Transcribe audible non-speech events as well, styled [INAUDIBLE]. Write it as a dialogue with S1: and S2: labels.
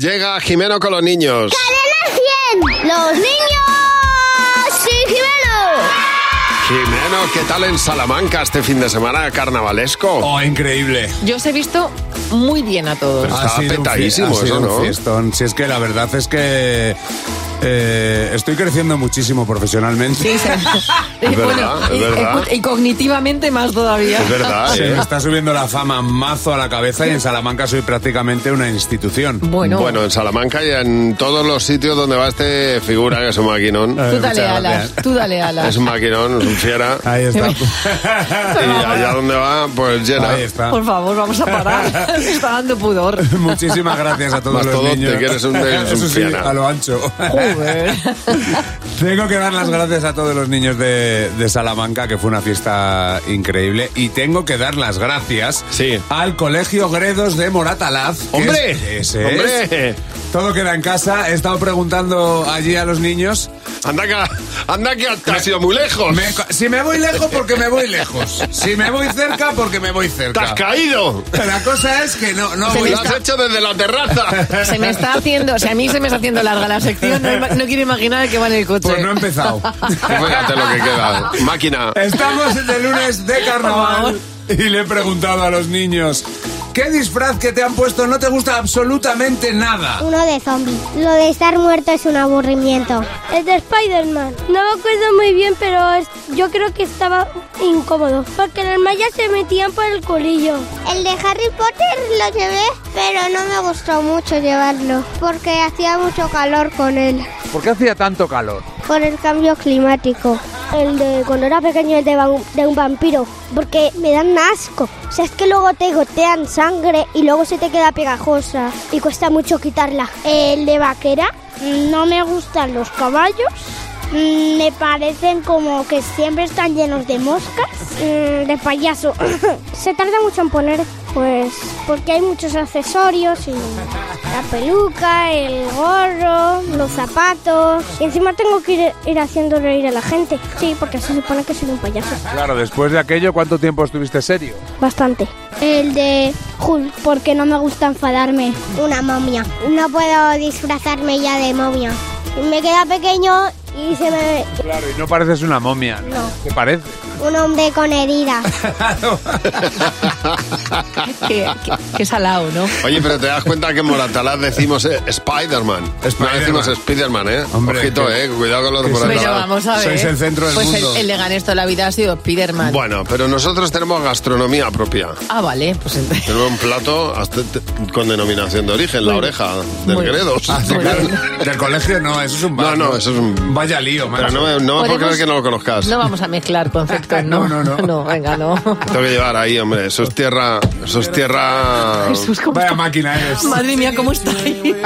S1: Llega Jimeno con los niños.
S2: ¡Cadena 100! ¡Los niños! ¡Sí,
S1: Jimeno, ¿qué tal en Salamanca este fin de semana carnavalesco?
S3: Oh, increíble.
S4: Yo os he visto muy bien a todos. [LAUGHS]
S1: Pero estaba
S3: un fie-
S1: petadísimo
S3: ha sido
S1: eso,
S3: un
S1: ¿no?
S3: fiestón. Si es que la verdad es que eh, estoy creciendo muchísimo profesionalmente.
S4: Sí, sí.
S1: Es
S4: Y
S1: verdad, es
S4: y-
S1: verdad.
S4: y cognitivamente más todavía.
S1: Es verdad,
S3: Se
S1: ¿eh?
S3: me está subiendo la fama mazo a la cabeza y en Salamanca soy prácticamente una institución.
S4: Bueno,
S1: Bueno, en Salamanca y en todos los sitios donde va este figura, que es un maquinón.
S4: tú dale
S3: muchas
S4: alas,
S3: gracias.
S4: tú dale alas.
S1: Es un maquinón, es un fiera.
S3: Ahí
S4: [LAUGHS]
S3: está. [LAUGHS]
S1: Y allá donde va, pues llena.
S3: Ahí está.
S4: Por favor, vamos a parar. [LAUGHS] Me está dando pudor.
S3: [LAUGHS] Muchísimas gracias a todos los
S1: Mastodonte,
S3: niños.
S1: que eres un- eres un
S3: Eso sí,
S1: fiana.
S3: a lo ancho.
S4: Joder.
S3: [LAUGHS] Tengo que dar las gracias a todos los niños de, de Salamanca, que fue una fiesta increíble. Y tengo que dar las gracias
S1: Sí.
S3: al Colegio Gredos de Moratalaz. que
S1: ¡Hombre!
S3: es- ese es.
S1: ¡Hombre!
S3: Todo queda en casa. He estado preguntando allí a los niños.
S1: Anda que, anda que te has ido muy lejos.
S3: Me- si me voy lejos, porque me voy lejos. Si me voy cerca, porque me voy
S1: ¡Te has
S3: cerca.
S1: caído!
S3: La cosa es que no, no
S4: Se
S3: voy
S4: me
S1: ¡Lo has hecho desde la terraza!
S4: [LAUGHS] Se me está haciendo, o sea, a mí se me está haciendo larga la sección. No, ima- no quiero imaginar que va en el coche.
S3: Pues no he empezado.
S1: Fíjate lo que queda.
S3: [LAUGHS]
S1: Máquina. [LAUGHS]
S3: Estamos en el lunes de carnaval y le he preguntado a los niños, ¿qué disfraz que te han puesto no te gusta absolutamente nada?
S2: Uno de zombie. Lo de estar muerto es un aburrimiento.
S5: El de Spider-Man. No me acuerdo muy bien, pero es- yo creo que estaba incómodo. Porque las mallas se metían por el colillo.
S2: El de Harry Potter lo llevé, pero no me gustó mucho llevarlo, porque hacía mucho calor con él,
S6: ¿Por qué hacía tanto calor?
S2: por el cambio climático.
S5: El de cuando era pequeño, el de, va- de un vampiro. Porque me dan asco. O sea, es que luego te gotean sangre y luego se te queda pegajosa. Y cuesta mucho quitarla. El de vaquera. No me gustan los caballos. Mm, Me parecen como que siempre están llenos de moscas. mm, de payaso. [COUGHS] se tarda mucho en poner, pues, porque hay muchos accesorios y la peluca, el gorro, los zapatos. Y encima tengo que ir, ir haciendo reír a la gente. Sí, porque se supone que soy un payaso.
S6: Claro, después de aquello, ¿cuánto tiempo estuviste serio?
S5: Bastante. El de Hulk, porque no me gusta enfadarme.
S2: Una momia. No puedo disfrazarme ya de momia. Me queda pequeño y se me...
S6: Claro, y no pareces una momia. No. ¿Te parece?
S2: Un hombre con heridas.
S4: Que, que, que salado, ¿no?
S1: Oye, pero te das cuenta que en Moratalaz decimos eh, Spider-Man. No
S3: Spider-Man.
S1: decimos Spider-Man, ¿eh?
S3: Hombre,
S1: Ojito,
S3: que-
S1: eh. Cuidado con los
S3: que-
S1: Moratalaz.
S4: Pero vamos a ver.
S3: Sois el centro del
S4: pues
S3: mundo.
S4: el, el Leganés toda la vida ha sido Spiderman.
S1: Bueno, pero nosotros tenemos gastronomía propia.
S4: Ah, vale, pues ent-
S1: Tenemos un plato hasta- con denominación de origen, la oreja del
S4: muy bien.
S1: Gredos.
S3: Ah, sí, claro. Del colegio no, eso es un bar.
S1: No, no, eso es un-
S3: Vaya lío, macho.
S1: Pero no me, no me puedo
S4: Podemos-
S1: creer que no lo conozcas.
S4: No vamos a mezclar conceptos, ¿no?
S3: No, no, no.
S4: venga, no.
S1: Tengo que llevar ahí, hombre. Eso es tierra. Eso es tierra.
S4: [LAUGHS] Jesús, ¿cómo
S3: Vaya
S4: está?
S3: máquina eres.
S4: Madre mía, ¿cómo estáis?